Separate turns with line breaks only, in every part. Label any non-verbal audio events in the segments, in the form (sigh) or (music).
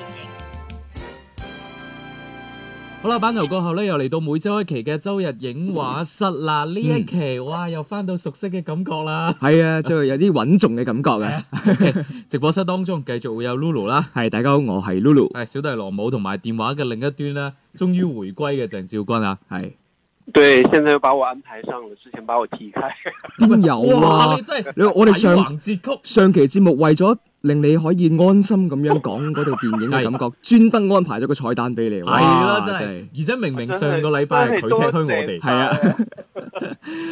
影。
好啦，版頭過後咧，又嚟到每周一期嘅周日影畫室啦。呢一期哇，又翻到熟悉嘅感覺啦。(laughs)
係啊，即係有啲穩重嘅感覺
啊
嘅。
直播室當中繼續會有 Lulu 啦，
係，大家好，我係 Lulu，
係小弟羅姆同埋電話嘅另一端啦，終於回歸嘅鄭少君啊。
係
对，现在又把我安排上了，之前把我踢开。
邊有
(laughs) 哇！
啊
你？真啊係
你我哋上
睇橫截曲，
上期節目為咗令你可以安心咁樣講嗰套電影嘅感覺，專登安排咗個菜單俾你。
係
哇
啦，真係，而且明明 (laughs) 上個禮拜係佢踢開我哋。
係啊。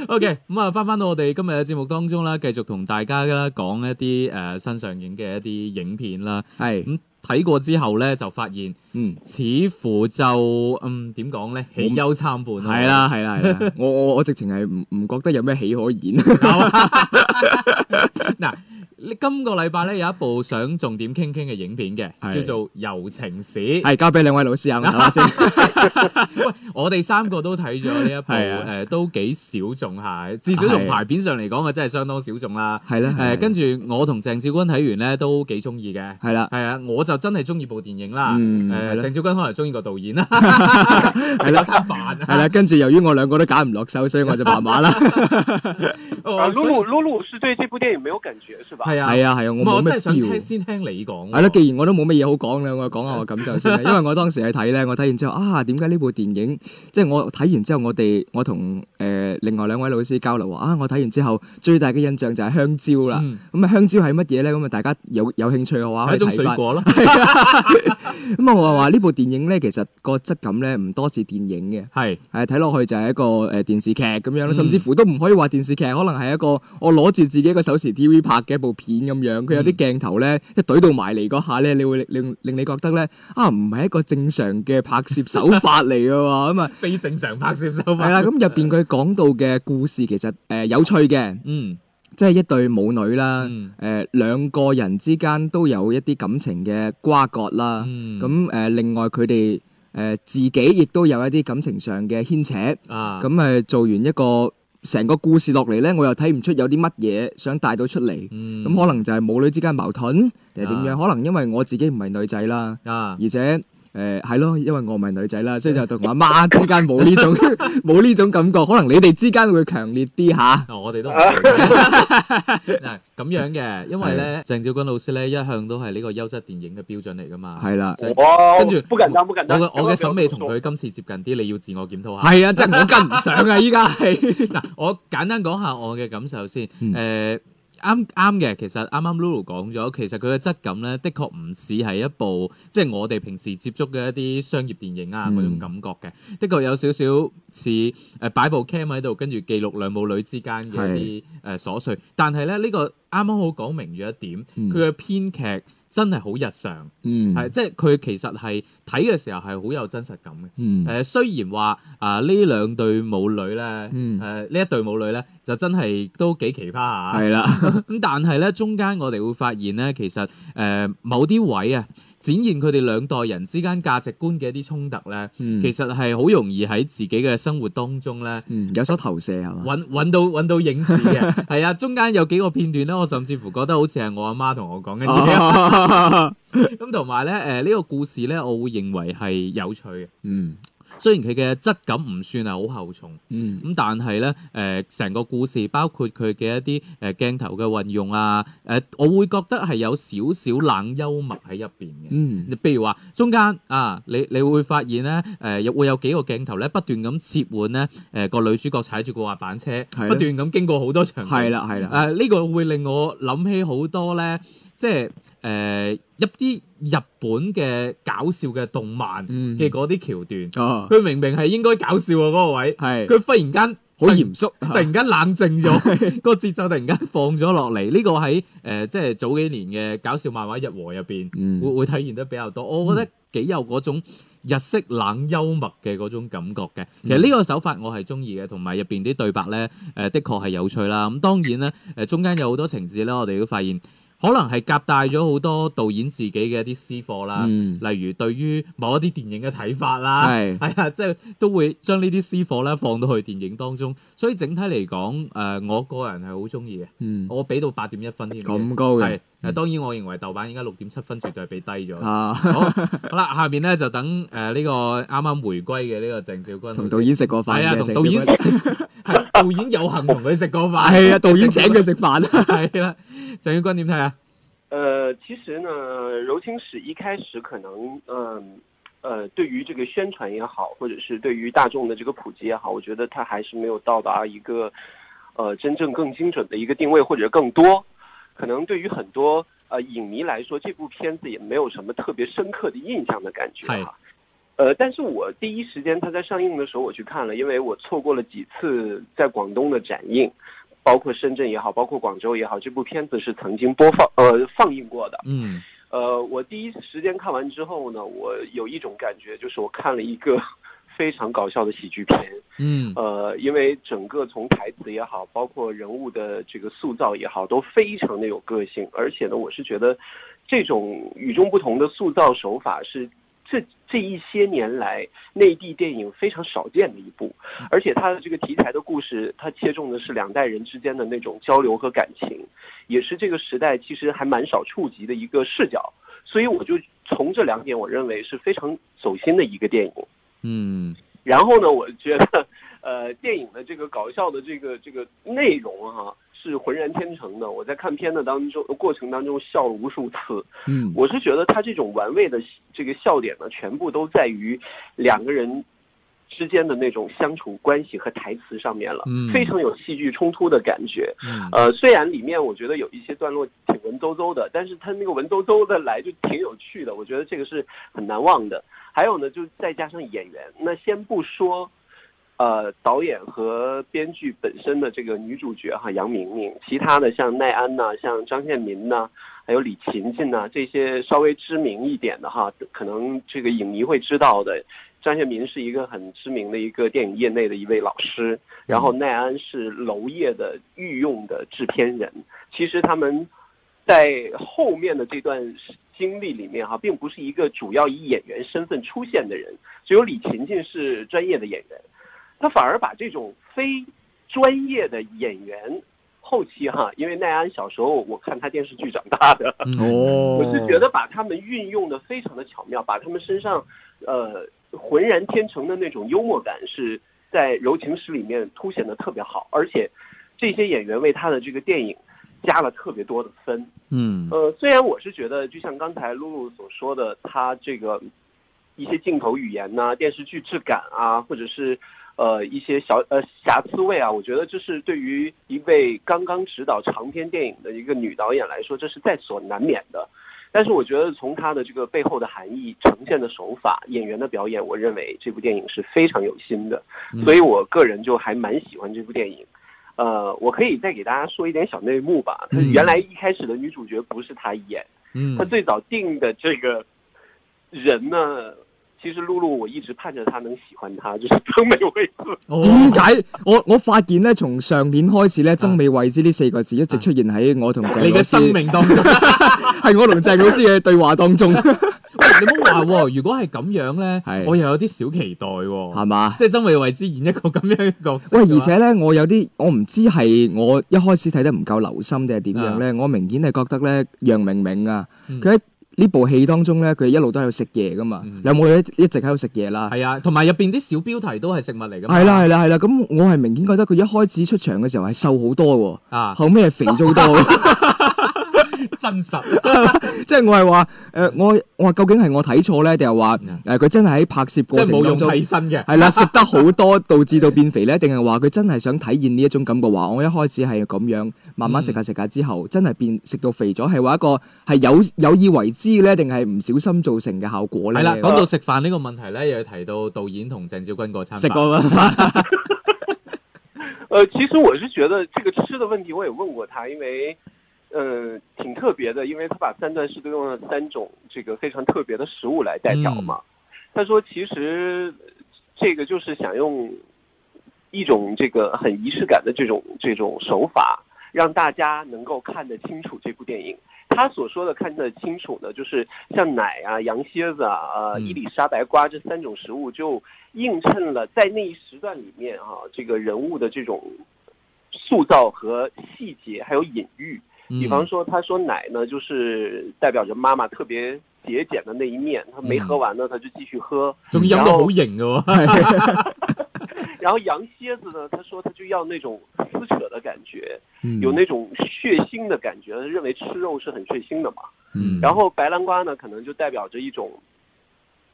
OK，咁啊，翻翻到我哋今日嘅節目當中啦，繼續同大家啦講一啲誒、呃新上映嘅一啲影片啦。
係，
咁睇過之後咧，就發現
嗯，
似乎就嗯點講咧，喜憂參半咯 (laughs)
係，啦，係啦，係啦， (laughs) 我我我直情係唔唔覺得有咩喜可言。 (laughs)
你今個禮拜咧有一部想重點傾傾嘅影片嘅，
係
叫做《柔情史》。
係交俾兩位老師啊，我睇下
(laughs)
先。
我哋三個都睇咗呢一部，
係啊
誒、都幾小眾下，至少從
係
排片上嚟講，啊真係相當小眾啦。
係啦，
誒、
係啦
跟住我同鄭少君睇完咧都幾中意嘅。
係啦，
係啊，我就真係中意部電影啦。
嗯，係
啊誒，鄭
啦
少君可能中意個導演啦， (laughs)
係
食咗
啦，
餐飯
(laughs)
啊
係啦，跟住由於我兩個都揀唔落手，所以我就麻麻啦。
啊，
我
露
(laughs) 所以
露露露是对这部电影没有感觉是
(laughs)
吧？
係啊，
係啊，係啊，
唔係
我
我
冇咩
真係想
feel
聽。先聽你講喎。
係咯，既然我都冇乜嘢好講啦，我講下我感受先啦。因為我當時去睇咧，我睇完之後啊，點解呢部電影即係我睇完之後，我哋我同誒、呃另外兩位老師交流話啊，我睇完之後最大嘅印象就係香蕉啦。
嗯
咁啊、香蕉係乜嘢咧？咁啊，大家有有興趣嘅話，
係
可
一
以
種水
睇翻。
果 (laughs) 咯，
咁啊，我話呢部電影咧，其實個質感咧唔多似電影嘅。
係
係睇落去就係一個誒電視劇咁樣咯，
嗯
甚至乎都唔可以話電視劇，可能係一個我攞住自己個手持 TV 拍嘅一部片咁樣。佢有
嗯
啲鏡頭咧，一懟到埋嚟嗰下咧，你會令令令你覺得咧啊，唔係一個正常嘅拍攝手法嚟嘅
(laughs)
喎。咁啊，
非正常拍攝手
係
法。
啦，咁入邊佢講到嘅故事其實誒、呃有趣嘅，
嗯
即係一對母女啦，誒、
嗯
兩個人之間都有一啲感情嘅瓜葛啦。
嗯
咁誒、呃另外佢哋誒自己亦都有一啲感情上嘅牽扯。
啊
咁誒做完一個成個故事落嚟咧，我又睇唔出有啲乜嘢想帶到出嚟。咁、
嗯
可能就係母女之間矛盾定係點樣？
啊
可能因為我自己唔係女仔啦，
啊
而且誒係咯，因為我唔係女仔啦，所以就同我阿媽之間冇
(laughs)
呢種冇呢種感覺。可能你哋之間會強烈啲吓。
啊嗱，我哋都唔嗱咁樣 (laughs) 嘅，因為咧鄭少君老師咧一向都係呢個優質電影嘅標準嚟噶嘛。
係啦，
(laughs) 哇，
跟住
啊不敢当，不敢
我
当。
嘅我嘅審美同
千萬不要
佢今次接近啲，你要自我檢討下。
係啊，真係我跟唔上啊！依家
(laughs)
係
嗱，我簡單講下我嘅感受先。
嗯
誒啱啱嘅，其實啱啱 Lulu 講咗，其實佢嘅質感咧，的確唔似係一部即係我哋平時接觸嘅一啲商業電影啊
嗯
嗰種感覺嘅，的確有少少似誒擺部 cam 喺度，跟住記錄兩母女之間嘅一啲誒瑣碎。但係咧，呢個啱啱好講明咗一點，
嗯
佢嘅編劇真係好日常，
嗯
係即係佢其實係睇嘅時候係好有真實感嘅。誒、
嗯
雖然話啊呢兩對母女咧，呃誒呢、
嗯
一對母女咧就真係都幾奇葩下，
係啊啦，
(laughs) 咁但係咧中間我哋會發現咧，其實誒、呃某啲位啊，展現佢哋兩代人之間價值觀嘅一啲衝突咧，其
其
實係好容易喺自己嘅生活當中咧。
嗯有所投射係嘛？
揾揾到揾到影子
(laughs)
嘅，係啊，中間有幾個片段咧，我甚至乎覺得好似係我阿媽同我講緊
哦
嘢。啊咁同埋咧，誒、呢、個故事咧，我會認為係有趣嘅。
(laughs) 嗯
雖然佢嘅質感唔算係好厚重，
嗯
咁但係咧，誒、成個故事包括佢嘅一啲誒、鏡頭嘅運用啊，誒、我會覺得係有少少冷幽默喺入邊嘅。
嗯
你譬如話中間啊，你你會發現咧，誒、有會有幾個鏡頭咧不斷咁切換咧，誒、個女主角踩住個滑板車，
係啊
不斷咁經過好多場景。啊
係啦係
誒呢、
啦，
個會令我諗起好多咧，即係誒、一啲日本嘅搞笑嘅動漫
嗯
嘅嗰啲橋段，
哦
佢、明明係應該搞笑啊嗰、個位，
係啊
佢忽然間
好嚴肅，
突然間冷靜
(laughs)
咗，個節奏突然間放咗落嚟。呢、個喺誒、呃即係早幾年嘅搞笑漫畫日和入邊
嗯
會會體現得比較多。我覺得幾有嗰種日式冷幽默嘅嗰種感覺
嗯
嘅。其實呢個手法我係中意嘅，同埋入呃邊啲對白咧誒、的確係有趣啦。咁當然咧誒、中間有好多情節咧，我哋都發現可能係夾帶咗好多導演自己嘅一啲私貨啦，
嗯
例如對於某一啲電影嘅睇法啦，
係
係啊啊，即係都會將呢啲私貨咧放到去電影當中，所以整體嚟講，誒、呃我個人係好中意嘅，
嗯
我俾到八點一分添嘅，
咁高嘅
係，
嗯
誒當然我認為豆瓣而家六點七分絕對係俾低咗。
啊，
好，好啦，下面咧就等誒呢個啱啱回歸嘅呢個鄭少君老師
同導演食過飯
係啊，
嘅
同
鄭
導演
少君
係導演有幸同佢食過飯，
係啊，導演請佢食飯啊，
係啦，鄭少君點睇啊？
呃，其实呢，柔情史一开始可能，嗯、呃，对于这个宣传也好，或者是对于大众的这个普及也好，我觉得它还是没有到达一个，呃，真正更精准的一个定位或者更多。可能对于很多呃影迷来说，这部片子也没有什么特别深刻的印象的感觉
嗨
哈。呃，但是我第一时间它在上映的时候我去看了，因为我错过了几次在广东的展映，包括深圳也好，包括广州也好，这部片子是曾经播放呃放映过的。
嗯，
呃，我第一时间看完之后呢，我有一种感觉，就是我看了一个 (laughs) 非常搞笑的喜剧片。
嗯，
呃，因为整个从台词也好，包括人物的这个塑造也好，都非常的有个性。而且呢，我是觉得这种与众不同的塑造手法是这这一些年来内地电影非常少见的一部。而且它的这个题材的故事，它切中的是两代人之间的那种交流和感情，也是这个时代其实还蛮少触及的一个视角。所以我就从这两点，我认为是非常走心的一个电影。
嗯，
然后呢，我觉得， (laughs) 呃，电影的这个搞笑的这个这个内容哈、是浑然天成的。我在看片的当中过程当中笑了无数次。
嗯
我是觉得他这种玩味的这个笑点呢，全部都在于两个人之间的那种相处关系和台词上面了，
嗯
非常有戏剧冲突的感觉。
嗯，
呃，虽然里面我觉得有一些段落挺文绉绉的，但是它那个文绉绉的来就挺有趣的，我觉得这个是很难忘的。还有呢，就再加上演员，那先不说，呃，导演和编剧本身的这个女主角哈杨明明，其他的像奈安呐、像张献民呐、还有李勤勤呐、这些稍微知名一点的哈，可能这个影迷会知道的。张献民是一个很知名的一个电影业内的一位老师，然后奈安是娄烨的御用的制片人。其实他们在后面的这段经历里面哈、并不是一个主要以演员身份出现的人，只有李勤勤是专业的演员，他反而把这种非专业的演员。后期哈、因为奈安小时候我看他电视剧长大的，
嗯
哦
我是觉得把他们运用的非常的巧妙，把他们身上，呃，浑然天成的那种幽默感是在《柔情史》里面凸显的特别好，而且这些演员为他的这个电影加了特别多的分。
嗯，
呃，虽然我是觉得，就像刚才露露所说的，他这个一些镜头语言呐、电视剧质感啊，或者是呃一些小呃瑕疵位啊，我觉得这是对于一位刚刚执导长篇电影的一个女导演来说，这是在所难免的。但是我觉得从它的这个背后的含义、呈现的手法、演员的表演，我认为这部电影是非常有心的，
嗯
所以我个人就还蛮喜欢这部电影。呃，我可以再给大家说一点小内幕吧。
嗯
原来一开始的女主角不是她演，
嗯
她，最早定的这个人呢，其实露露我一直盼着她能喜欢她，就是 (laughs) 曾美惠子。
哦
點解我我發現咧，從上年開始咧，曾美慧之呢四個字一直出現喺我同鄭
啊你
老
嘅
師
生命當中，
係我同鄭老師嘅對話
(laughs)
當中，
哦喂你唔好話喎，如果係咁樣咧，
係
我又有啲小期待喎，
係嘛？
即係曾美慧之演一個咁樣嘅角色
喂，
嘅話，
而且咧，我有啲我唔知係我一開始睇得唔夠留心定係點樣咧，我明顯係覺得咧，楊明明啊，
啊嗯
佢喺呢部戲當中咧，佢一路都喺度食嘢噶嘛，
嗯
你有冇一一直喺度食嘢啦？
係啊，同埋入邊啲小標題都係食物嚟㗎嘛，
係啦係啦係啦，咁我係明顯覺得佢一開始出場嘅時候係瘦好多喎，
啊，
後尾係肥咗好
(laughs)
多喎，
真
(laughs)
實，
即係我係話誒，我我話究竟係我睇錯咧，定係話
嗯
誒佢真係喺拍攝
即係
過程
冇
當
用
中
替？身嘅，
係啦，食得好多導致到變肥咧，定係話佢真係想體現呢一種感覺？話我一開始係咁樣，慢慢食下食下之後，真係變食到肥咗，係話一個係有有意為之咧，定係唔小心造成嘅效果咧？
係啦，講到食飯呢個問題咧，又要提到導演同鄭少君個餐飯
食過啦，
呃，其实我是觉得这个吃的问题，我也问过她，因为。嗯，挺特别的，因为她把三段式都用了三种这个非常特别的食物来代表嘛。她说，其实这个就是想用一种这个很仪式感的这种这种手法，让大家能够看得清楚这部电影。他所说的看得清楚呢，就是像奶啊、羊蝎子啊、呃、
嗯
伊丽莎白瓜这三种食物，就映衬了在那一时段里面啊，这个人物的这种塑造和细节，还有隐喻。
嗯
比方说，他说奶呢，就是代表着妈妈特别节俭的那一面，她没喝完呢，她就继续喝。
仲飲到好型嘅喎，
然后羊蝎子呢，他说他就要那种撕扯的感觉，
嗯
有那种血腥的感觉，他认为吃肉是很血腥的嘛。
嗯
然后白南瓜呢，可能就代表着一种，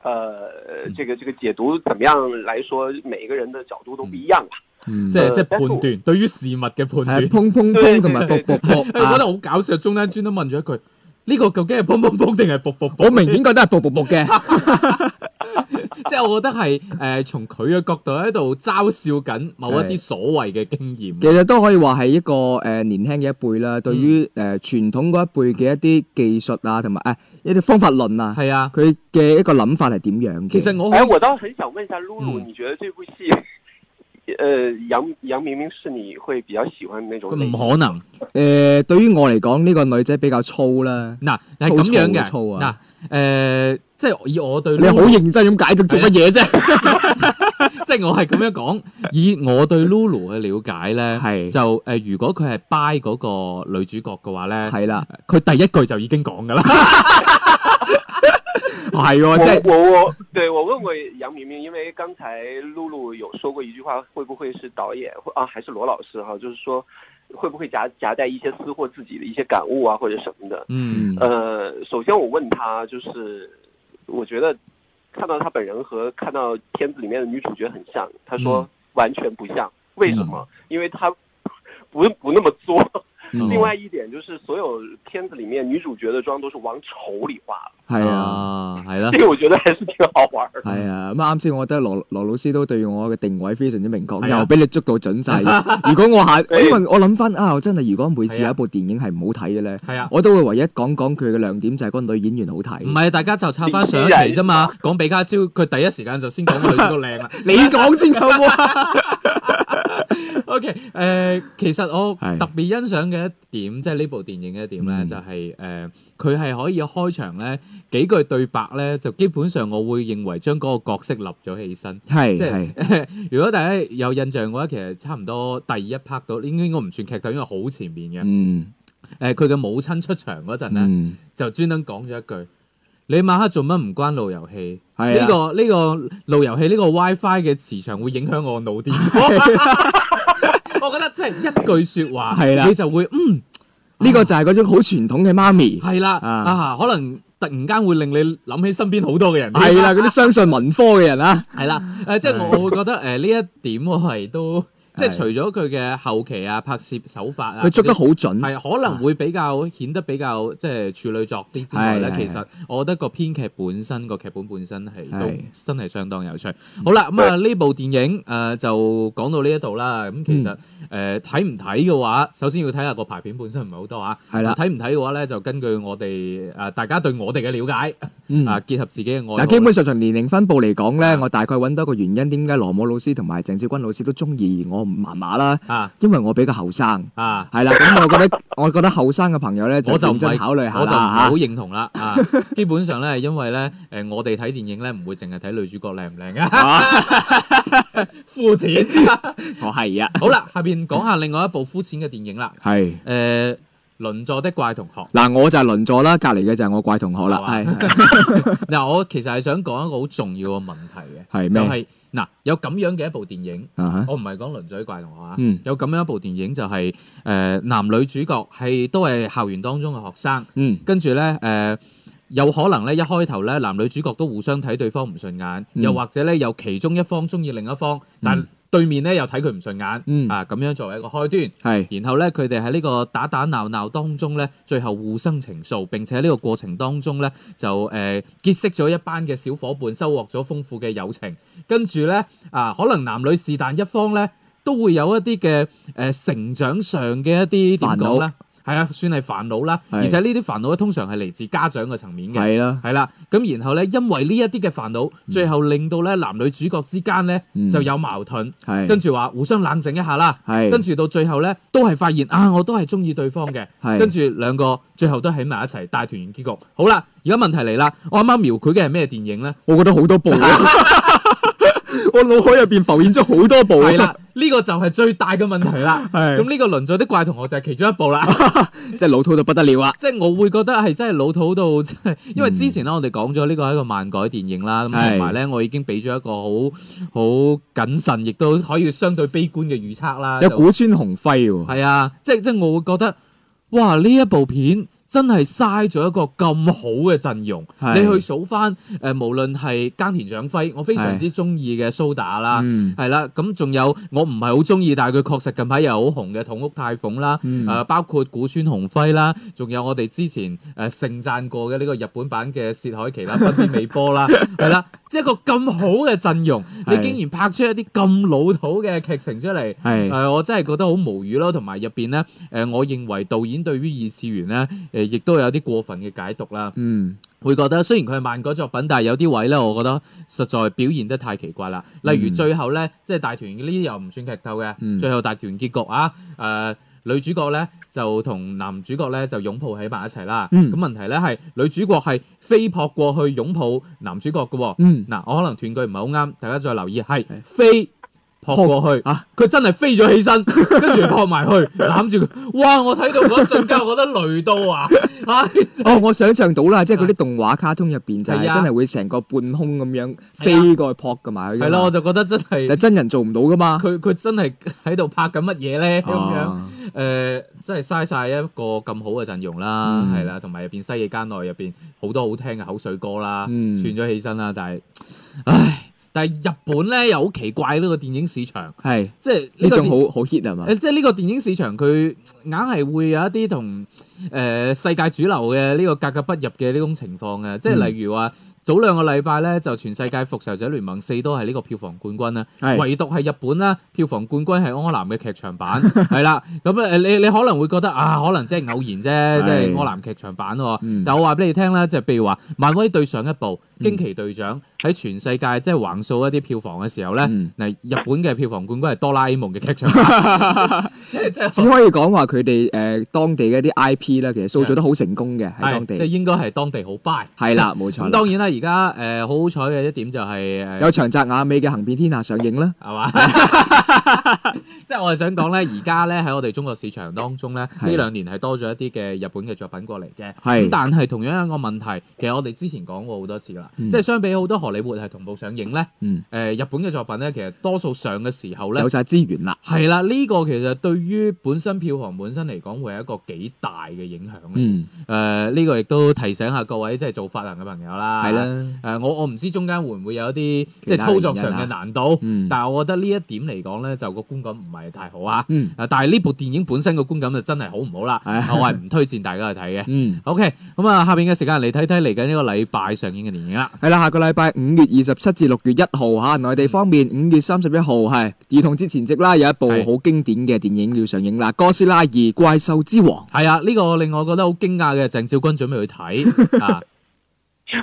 呃，
嗯
这个这个解读怎么样来说，每一个人的角度都不一樣吧。
(laughs) 嗯
即
係
係即係判斷對於事物嘅判斷哎
係。
(laughs)
砰砰砰同埋噗噗
我覺得
噗啊！
好搞笑，中間專登問咗一句：呢、個究竟係砰砰砰定係噗噗
我
噗？
明顯覺得係噗噗噗嘅，
(laughs) 即係我覺得係誒、呃、從佢嘅角度喺度嘲笑緊某一啲所謂嘅經
其
驗。
實都可以話係一個誒、呃年輕嘅一輩啦。對於誒、呃、傳統嗰一輩嘅一啲技術啊，同埋誒一啲方法論啊，
係啊，
佢嘅一個諗法係點樣嘅？
其實我
哎，
好
我倒很想問一下露露，
嗯
你覺得這部戲，呃，楊楊明明是你會比較喜歡的那種類型？
唔可能
誒、對於呃我嚟講，呢、個女仔比較粗啦。
嗱係咁樣嘅
粗粗
嗱誒、
啊
呃即係以我對
你好
Lulu，
認真咁解讀做乜嘢啫？
即係我係咁樣講，以我對 Lulu 嘅了解咧，
係
就誒、呃如果佢係 buy 嗰個女主角嘅話咧，
係啦，
佢第一句就已經講 (laughs) 㗎啦。(laughs)
係喎，即係
我我我，对我问过杨明明，因为刚才露露有说过一句话，会不会是导演或啊，还是罗老师哈、就是说会不会夹夹带一些私货自己的一些感悟啊，或者什么的？
嗯
呃，首先我问他，就是我觉得看到他本人和看到片子里面的女主角很像，他
嗯
说完全不像，为什么？因为他不不那么
(laughs)
作。
嗯
另外一点就是，所有片子里面女主角的妆都是往丑里化了，
係啊。
啊，係啦
这。个我觉得还是挺好玩儿的。
係啊，咁啱先，我覺得羅羅老師都對我嘅定位非常之明確，
係啊
又俾你捉到準 (laughs) 晒。如果我下，
係
因為我諗翻啊，真係如果每次
係啊
有一部電影係唔好睇嘅咧，
係啊，
我都會唯一講講佢嘅亮點就係嗰個女演員好睇。
唔係，大家就插翻上一期啫
哎
嘛。講比家超，佢第一時間就先講個女主角
(laughs)
靚啦。
你講先好 (laughs) 啊！
OK，誒、其實我
係
特別欣賞嘅一點，即係呢部電影嘅一點咧，
嗯
就係、誒，佢、係可以開場咧幾句對白咧，就基本上我會認為將嗰個角色立咗起身。
係
即
係
係如果大家有印象嘅話，其實差唔多第一 part 到，應該應該唔算劇透，因為好前面嘅。
嗯
誒，佢嘅母親出場嗰陣咧，
嗯
就專登講咗一句：你晚黑做乜唔關路由器？
係
呢
啊，
個呢個路由器呢個 WiFi 嘅磁場會影響我腦電
(laughs)
波。我覺得即係一句説話，
係啦
你就會嗯
呢個就係嗰種好傳統嘅媽咪，
係啦
啊
啊，可能突然間會令你諗起身邊好多嘅人。
係啦，嗰啲相信文科嘅人啊，
係啦，誒即係我我會覺得誒呢一點我係都即係
係
除咗佢嘅後期啊拍攝手法啊，
佢捉得好準。
係可能會比較顯得比較即係處女作啲之外咧，
係係
其實我覺得個編劇本身個劇本本身係
係嗯
都真係相當有趣。好啦，咁啊呢部電影誒、呃就講到呢一度啦。咁其
嗯
實誒睇唔睇嘅話，首先要睇下個排片本身唔係好多啊。
係啦
睇唔睇嘅話咧，就根據我哋誒、呃大家對我哋嘅了解
嗯
啊，結合自己嘅愛好。
嗱，基本上從年齡分佈嚟講
啊
咧，我大概揾到一個原因，點解羅姆老師同埋鄭少君老師都中意我麻麻啦？
啊
因為我比較後生，
啊，
係啦。咁我
(laughs)
覺得我覺得後生嘅朋友咧，
我就唔
認真
係
考慮下
我就唔係好
啦
認同啦啊！基本上咧，因為咧誒、呃我哋睇電影咧唔會淨係睇女主角靚唔靚啊， (laughs)
嚇。
膚淺。
我係啊，
(laughs) 好啦，下邊講下另外一部膚淺嘅電影啦。
係
誒、鄰座的怪同學。
嗱，我就係鄰座啦，隔離嘅就係我怪同學啦，
係
係係
嗱，我其實係想講一個好重要嘅問題 (laughs) 嘅，
係
就
咩
係嗱有咁樣嘅一部電影，
啊哈
我唔係講鄰座的怪同學啊，
嗯
有咁樣一部電影就係、呃男女主角係都係校園當中嘅學生，
嗯
跟住咧誒。呃有可能咧，一開頭咧，男女主角都互相睇對方唔順眼，
嗯
又或者咧，有其中一方中意另一方，但
嗯
對面咧又睇佢唔順眼，
嗯
啊咁樣作為一個開端。
係
然後咧，佢哋喺呢個打打鬧鬧當中咧，最後互生情愫，並且喺呢個過程當中咧，就誒、呃、結識咗一班嘅小伙伴，收穫咗豐富嘅友情。跟住咧，啊，可能男女呃是但一方咧，都會有一啲嘅誒成長上嘅一啲點
煩惱
講咧，係啊，算係煩惱啦。
係
而且呢啲煩惱咧，通常係嚟自家長嘅層面嘅。
係啦，
係啦，咁然後咧，因為呢一啲嘅煩惱，最後令到咧男女主角之間咧
嗯
就有矛盾，
係
跟住話互相冷靜一下啦，
係
跟住到最後咧都係發現啊，我都係中意對方嘅，
係
跟住兩個最後都喺埋一齊，大團圓結局。好啦，而家問題嚟啦，我啱啱描繪嘅係咩電影咧？
(laughs) 我覺得
(laughs)
好多部啊，我腦海入邊浮現咗好多部啊
係啦，，呢個就係最大嘅問題啦。
(laughs) 係
咁呢個鄰座的怪同學就係其中一部
(laughs)
啦。
即係老土到不得了啊！
即係我會覺得係真係老土到，即係因為之前咧我哋講咗呢個係一個漫改電影啦，咁
係
同埋咧我已經俾咗一個好好謹慎，亦都可以相對悲觀嘅預測啦。
有
啊就
古川雄輝喎，
係啊，即係即係我會覺得，哇！呢一部片真係嘥咗一個咁好嘅陣容。
係
你去呃數翻誒，無論係耕田長輝，我非常之中意嘅蘇打啦。
嗯
係啦，咁仲有我唔係好中意，但係佢確實近排又好紅嘅《土屋太鳳》啦，誒、呃
嗯
包括古川雄輝啦，仲有我哋之前誒盛讚過嘅呢個日本版嘅薛凱琪啦、濱邊美波
(laughs)
啦，係啦，即係一個咁好嘅陣容，你
係
竟然拍出一啲咁老土嘅劇情出嚟，
係
誒、我真係覺得好無語咯，同埋入邊咧，誒、我認為導演對於二次元咧，誒、亦都有啲過分嘅解讀啦，
嗯
會覺得雖然佢係漫改作品，但係有啲位咧，我覺得實在表現得太奇怪啦。例如
嗯
最後咧，即係大團圓呢啲又唔算劇透嘅，
嗯
最後大團圓結局啊，誒、女主角咧就同男主角咧就擁抱喺埋一齊啦。咁、
嗯
問題咧係女主角係飛撲過去擁抱男主角嘅喎、
嗯
嗱，我可能斷句唔係好啱，大家再留意係飛撲過去
啊！
佢真係飛咗起身， (laughs) 跟住撲埋去攬住佢。哇！我睇到嗰一瞬間，我覺得累到啊！ (laughs) 啊
哦，我想象到啦，即係嗰啲動畫卡通入邊就係
係啊
真係會成個半空咁樣飛過去撲噶嘛，
係咯，我，就覺得真係
但真人做唔到噶嘛，
佢佢真係喺度拍緊乜嘢咧咁樣？
啊
誒、真係嘥晒一個咁好嘅陣容啦，
嗯
係啦、同埋入邊西野間內入邊好多好聽嘅口水歌啦，
嗯
串咗起身啦，但係唉，但係日本咧又好奇怪呢、個電影市場，
係
即係呢
呢
個
種
電
好好 hit 啊係嘛？
呃誒，即係呢個電影市場，佢硬係會有一啲同誒世界主流嘅呢個格格不入嘅呢種情況嘅，即係
嗯
例如話。早兩個禮拜咧，就全世界《復仇者聯盟四》都係呢個票房冠軍啦，
係
唯獨係日本啦，票房冠軍係柯南嘅劇場
(laughs)
版，係啦。咁誒，你你可能會覺得啊，可能即係偶然啫，即係
係
柯南劇場版喎。
嗯
但我話俾你聽啦，就係譬如話漫威對上一部《驚奇隊長》喺全世界即係橫掃一啲票房嘅時候咧，
嗯
嗱日本嘅票房冠軍係哆啦 A 夢嘅劇場版，
(laughs)
即係即係
只可以講話佢哋誒當地嘅一啲 IP 啦，其實塑造得好成功嘅喺當
係即係
地，
應該係當地好 buy。
係
(laughs)
啦，冇錯
咁
啦。
當然啦，而家誒呃好好彩嘅一點就係誒
有長澤雅美嘅《行遍天下》上映啦，
係嘛？ (laughs) 即係我係想講咧，而家咧喺我哋中國市場當中咧，呢
係
兩年係多咗一啲嘅日本嘅作品過嚟嘅。
係
咁但係同樣一個問題，其實我哋之前講過好多次啦，
嗯
即係相比好多荷里活係同步上映咧，誒、呃
嗯
日本嘅作品咧，其實多數上嘅時候咧
有。晒資源啦，
係啦，呢、個其實對於本身票房本身嚟講，會係一個幾大嘅影響嚟。誒、
嗯，
呢、個亦都提醒下各位即係做發行嘅朋友啦。
係啦，
誒、我我唔知中間會唔會有一啲即係
其他
操作
原因
上
啊
嘅難度，
嗯
但係我覺得呢一點嚟講咧，就個觀感唔係太好啊。
嗯
啊但係呢部電影本身個觀感就真係好唔好啦，
係啊
我係唔推薦大家去睇嘅。
嗯。
OK，咁啊，下邊嘅時間嚟睇睇嚟緊一個禮拜上映嘅電影啦。
系啦，下個禮拜五月二十七至六月一號吓，內地方面五月三十一號係兒童節前夕啦，有一部
係
好經典嘅電影要上映啦，《哥斯拉二怪獸之王
係啊，呢、個令我覺得好驚訝嘅，鄭少君準備去
(laughs)
睇啊，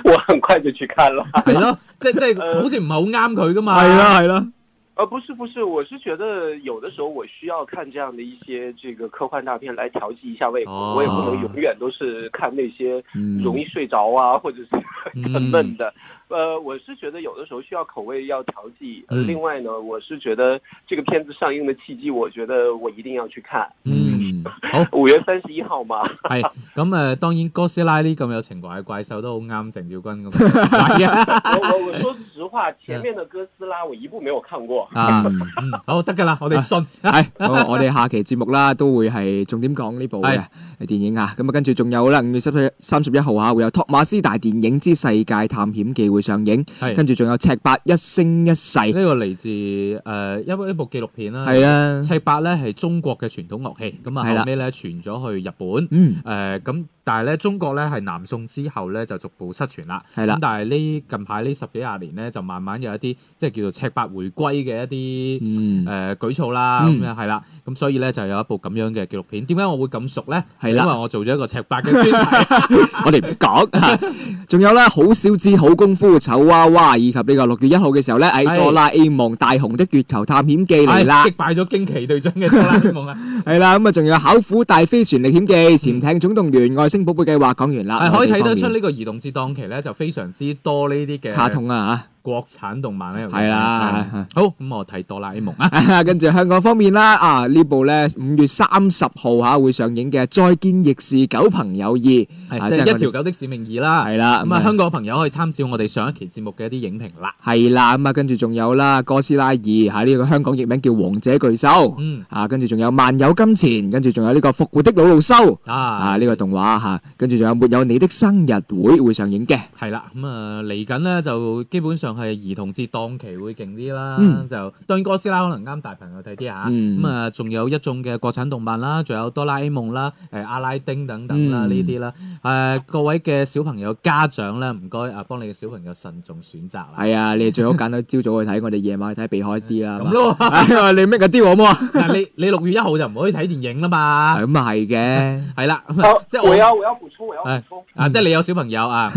我很快就去看了。 (laughs)
係咯，即即係好似唔係好啱佢噶》嘛。，
系呃啦，
呃，不是不是，我是觉得有的时候我需要看这样的一些这个科幻大片来调剂一下胃口，
哦
我也不能永远都是看那些
嗯
容易睡着啊，或者是
嗯
(laughs) 很闷的。呃，我是觉得有的时候需要口味要调剂。呃
嗯
另外呢，我是觉得这个片子上映的契机，我觉得我一定要去看。
嗯，好。
五月三十一
(laughs)
号嘛，
係咁誒，呃當然哥斯拉呢咁有情懷嘅怪獸都好啱鄭少君咁
(laughs)
嘅
我我我说实话，前面的哥斯拉我一部没有看过。
啊，嗯，好得㗎啦，我哋信。啊
系，好我哋下期節目啦，都會係重點講呢部嘅電影啊。咁啊，跟住仲有啦，五月三十一號啊，會有《托馬斯大電影之世界探險記》會上映，
係
跟住仲有《赤白一生一世》，
呢個嚟自誒、呃一部一部紀錄片啦。
係啊，
赤白咧係中國嘅傳統樂器，咁啊
係啦
後尾咧傳咗去日本。呃
嗯，
誒咁、但但係咧中國咧係南宋之後咧就逐步失傳啦。
係啦
咁但係呢近排呢十幾廿年咧就慢慢有一啲即係叫做赤白回歸嘅一啲。
嗯
誒、，呃舉措啦，咁
嗯
樣係啦，咁所以咧就有一部咁樣嘅紀錄片。點解我會咁熟咧？
係啦
因為我做咗一個赤白嘅專
(laughs)
題。 (laughs)
我哋唔講。 (laughs) 仲有咧，好少知好功夫、醜娃娃，以及呢個六月一號嘅時候咧，喺
係
哆啦 A 夢大雄的月球探險記嚟啦
擊。敗咗驚奇隊長嘅哆啦 A 夢啊！
係啦，咁啊，仲有巧虎大飛船歷險記、潛艇總動員、外星寶貝計劃講完啦。
嗯係可以睇得出
啊我哋方面
呢個兒童節檔期咧就非常之多呢啲嘅
卡通啊
國產動漫咧。
係啦
嗯好咁我睇哆啦 A 夢啊！
吓。 (laughs) 跟住香港方面啦，啊呢部咧五月三十號吓會上映嘅《再見亦是狗朋友二》，
即係
啊即係我
一
哋
條狗的使命二啦。
係啦，
咁啊，香港嘅朋友可以參照我哋上一期節目嘅一啲影評啦。
係啦，咁啊跟住仲有啦《哥斯拉二》吓，呢個香港譯名叫《王者巨獸》。
嗯
啊，跟住仲有萬有金錢，跟住仲有呢個復活的老路修
啊
啊，，呢個動畫吓，跟住仲有沒有你的生日會會上映嘅，
係啦，咁啊嚟緊咧就基本上係兒童節檔期會勁啲啦，
嗯
就當然哥斯拉可能啱大朋友睇啲嚇，
嗯
咁啊仲有一眾嘅國產動漫啦，仲有哆啦 A 夢啦、誒阿拉丁等等啦
嗯
呢啲啦，誒各位嘅小朋友家長咧，唔該啊幫你嘅小朋友慎重選擇啦，
係啊，你哋最好揀到朝早去睇，我哋夜晚去睇避開啲啦，係
咁
嘛
咯，
哎呀 (laughs) 你 make 啲好唔好啊？
(laughs) 嗱你你六月一號就唔可以睇電影啦嘛，
咁啊係嘅，
係啦，咁
哦
啊 (laughs) 即係
我
我
要我要补充，我要补充，
啊
嗯
即係你有小朋友
(laughs)
啊，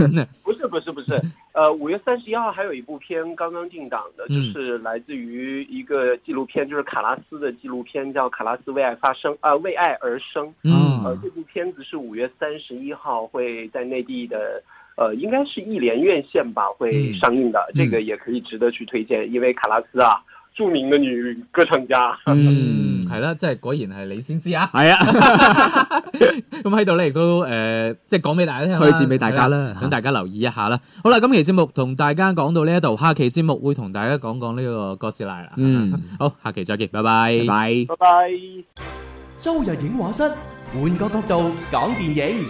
不是不是不是，呃，五月三十一号还有一部片刚刚进档的，就
嗯
是来自于一个纪录片，就是卡拉斯的纪录片，叫《卡拉斯为爱发声》啊、为爱而生。
哦
嗯
呃，这部片子是五月三十一号会在内地的，呃，应该是一联院线吧，会
嗯
上映的。这个也可以值得去推荐，因为卡拉斯啊，著名的女歌唱家。
嗯
嗯，
係啦，即係果然係你先知啊。 (laughs)
係啊，
咁喺度咧，亦都誒、呃即係講俾大家聽啦，
推薦俾大家啦
係等大家留意一下啦。好啦，今期節目同大家講到呢一度，下期節目會同大家講講呢個哥斯拉啦。
嗯，
好，下期再見，
拜拜。
拜拜。
周日影畫室，換個角度講電影。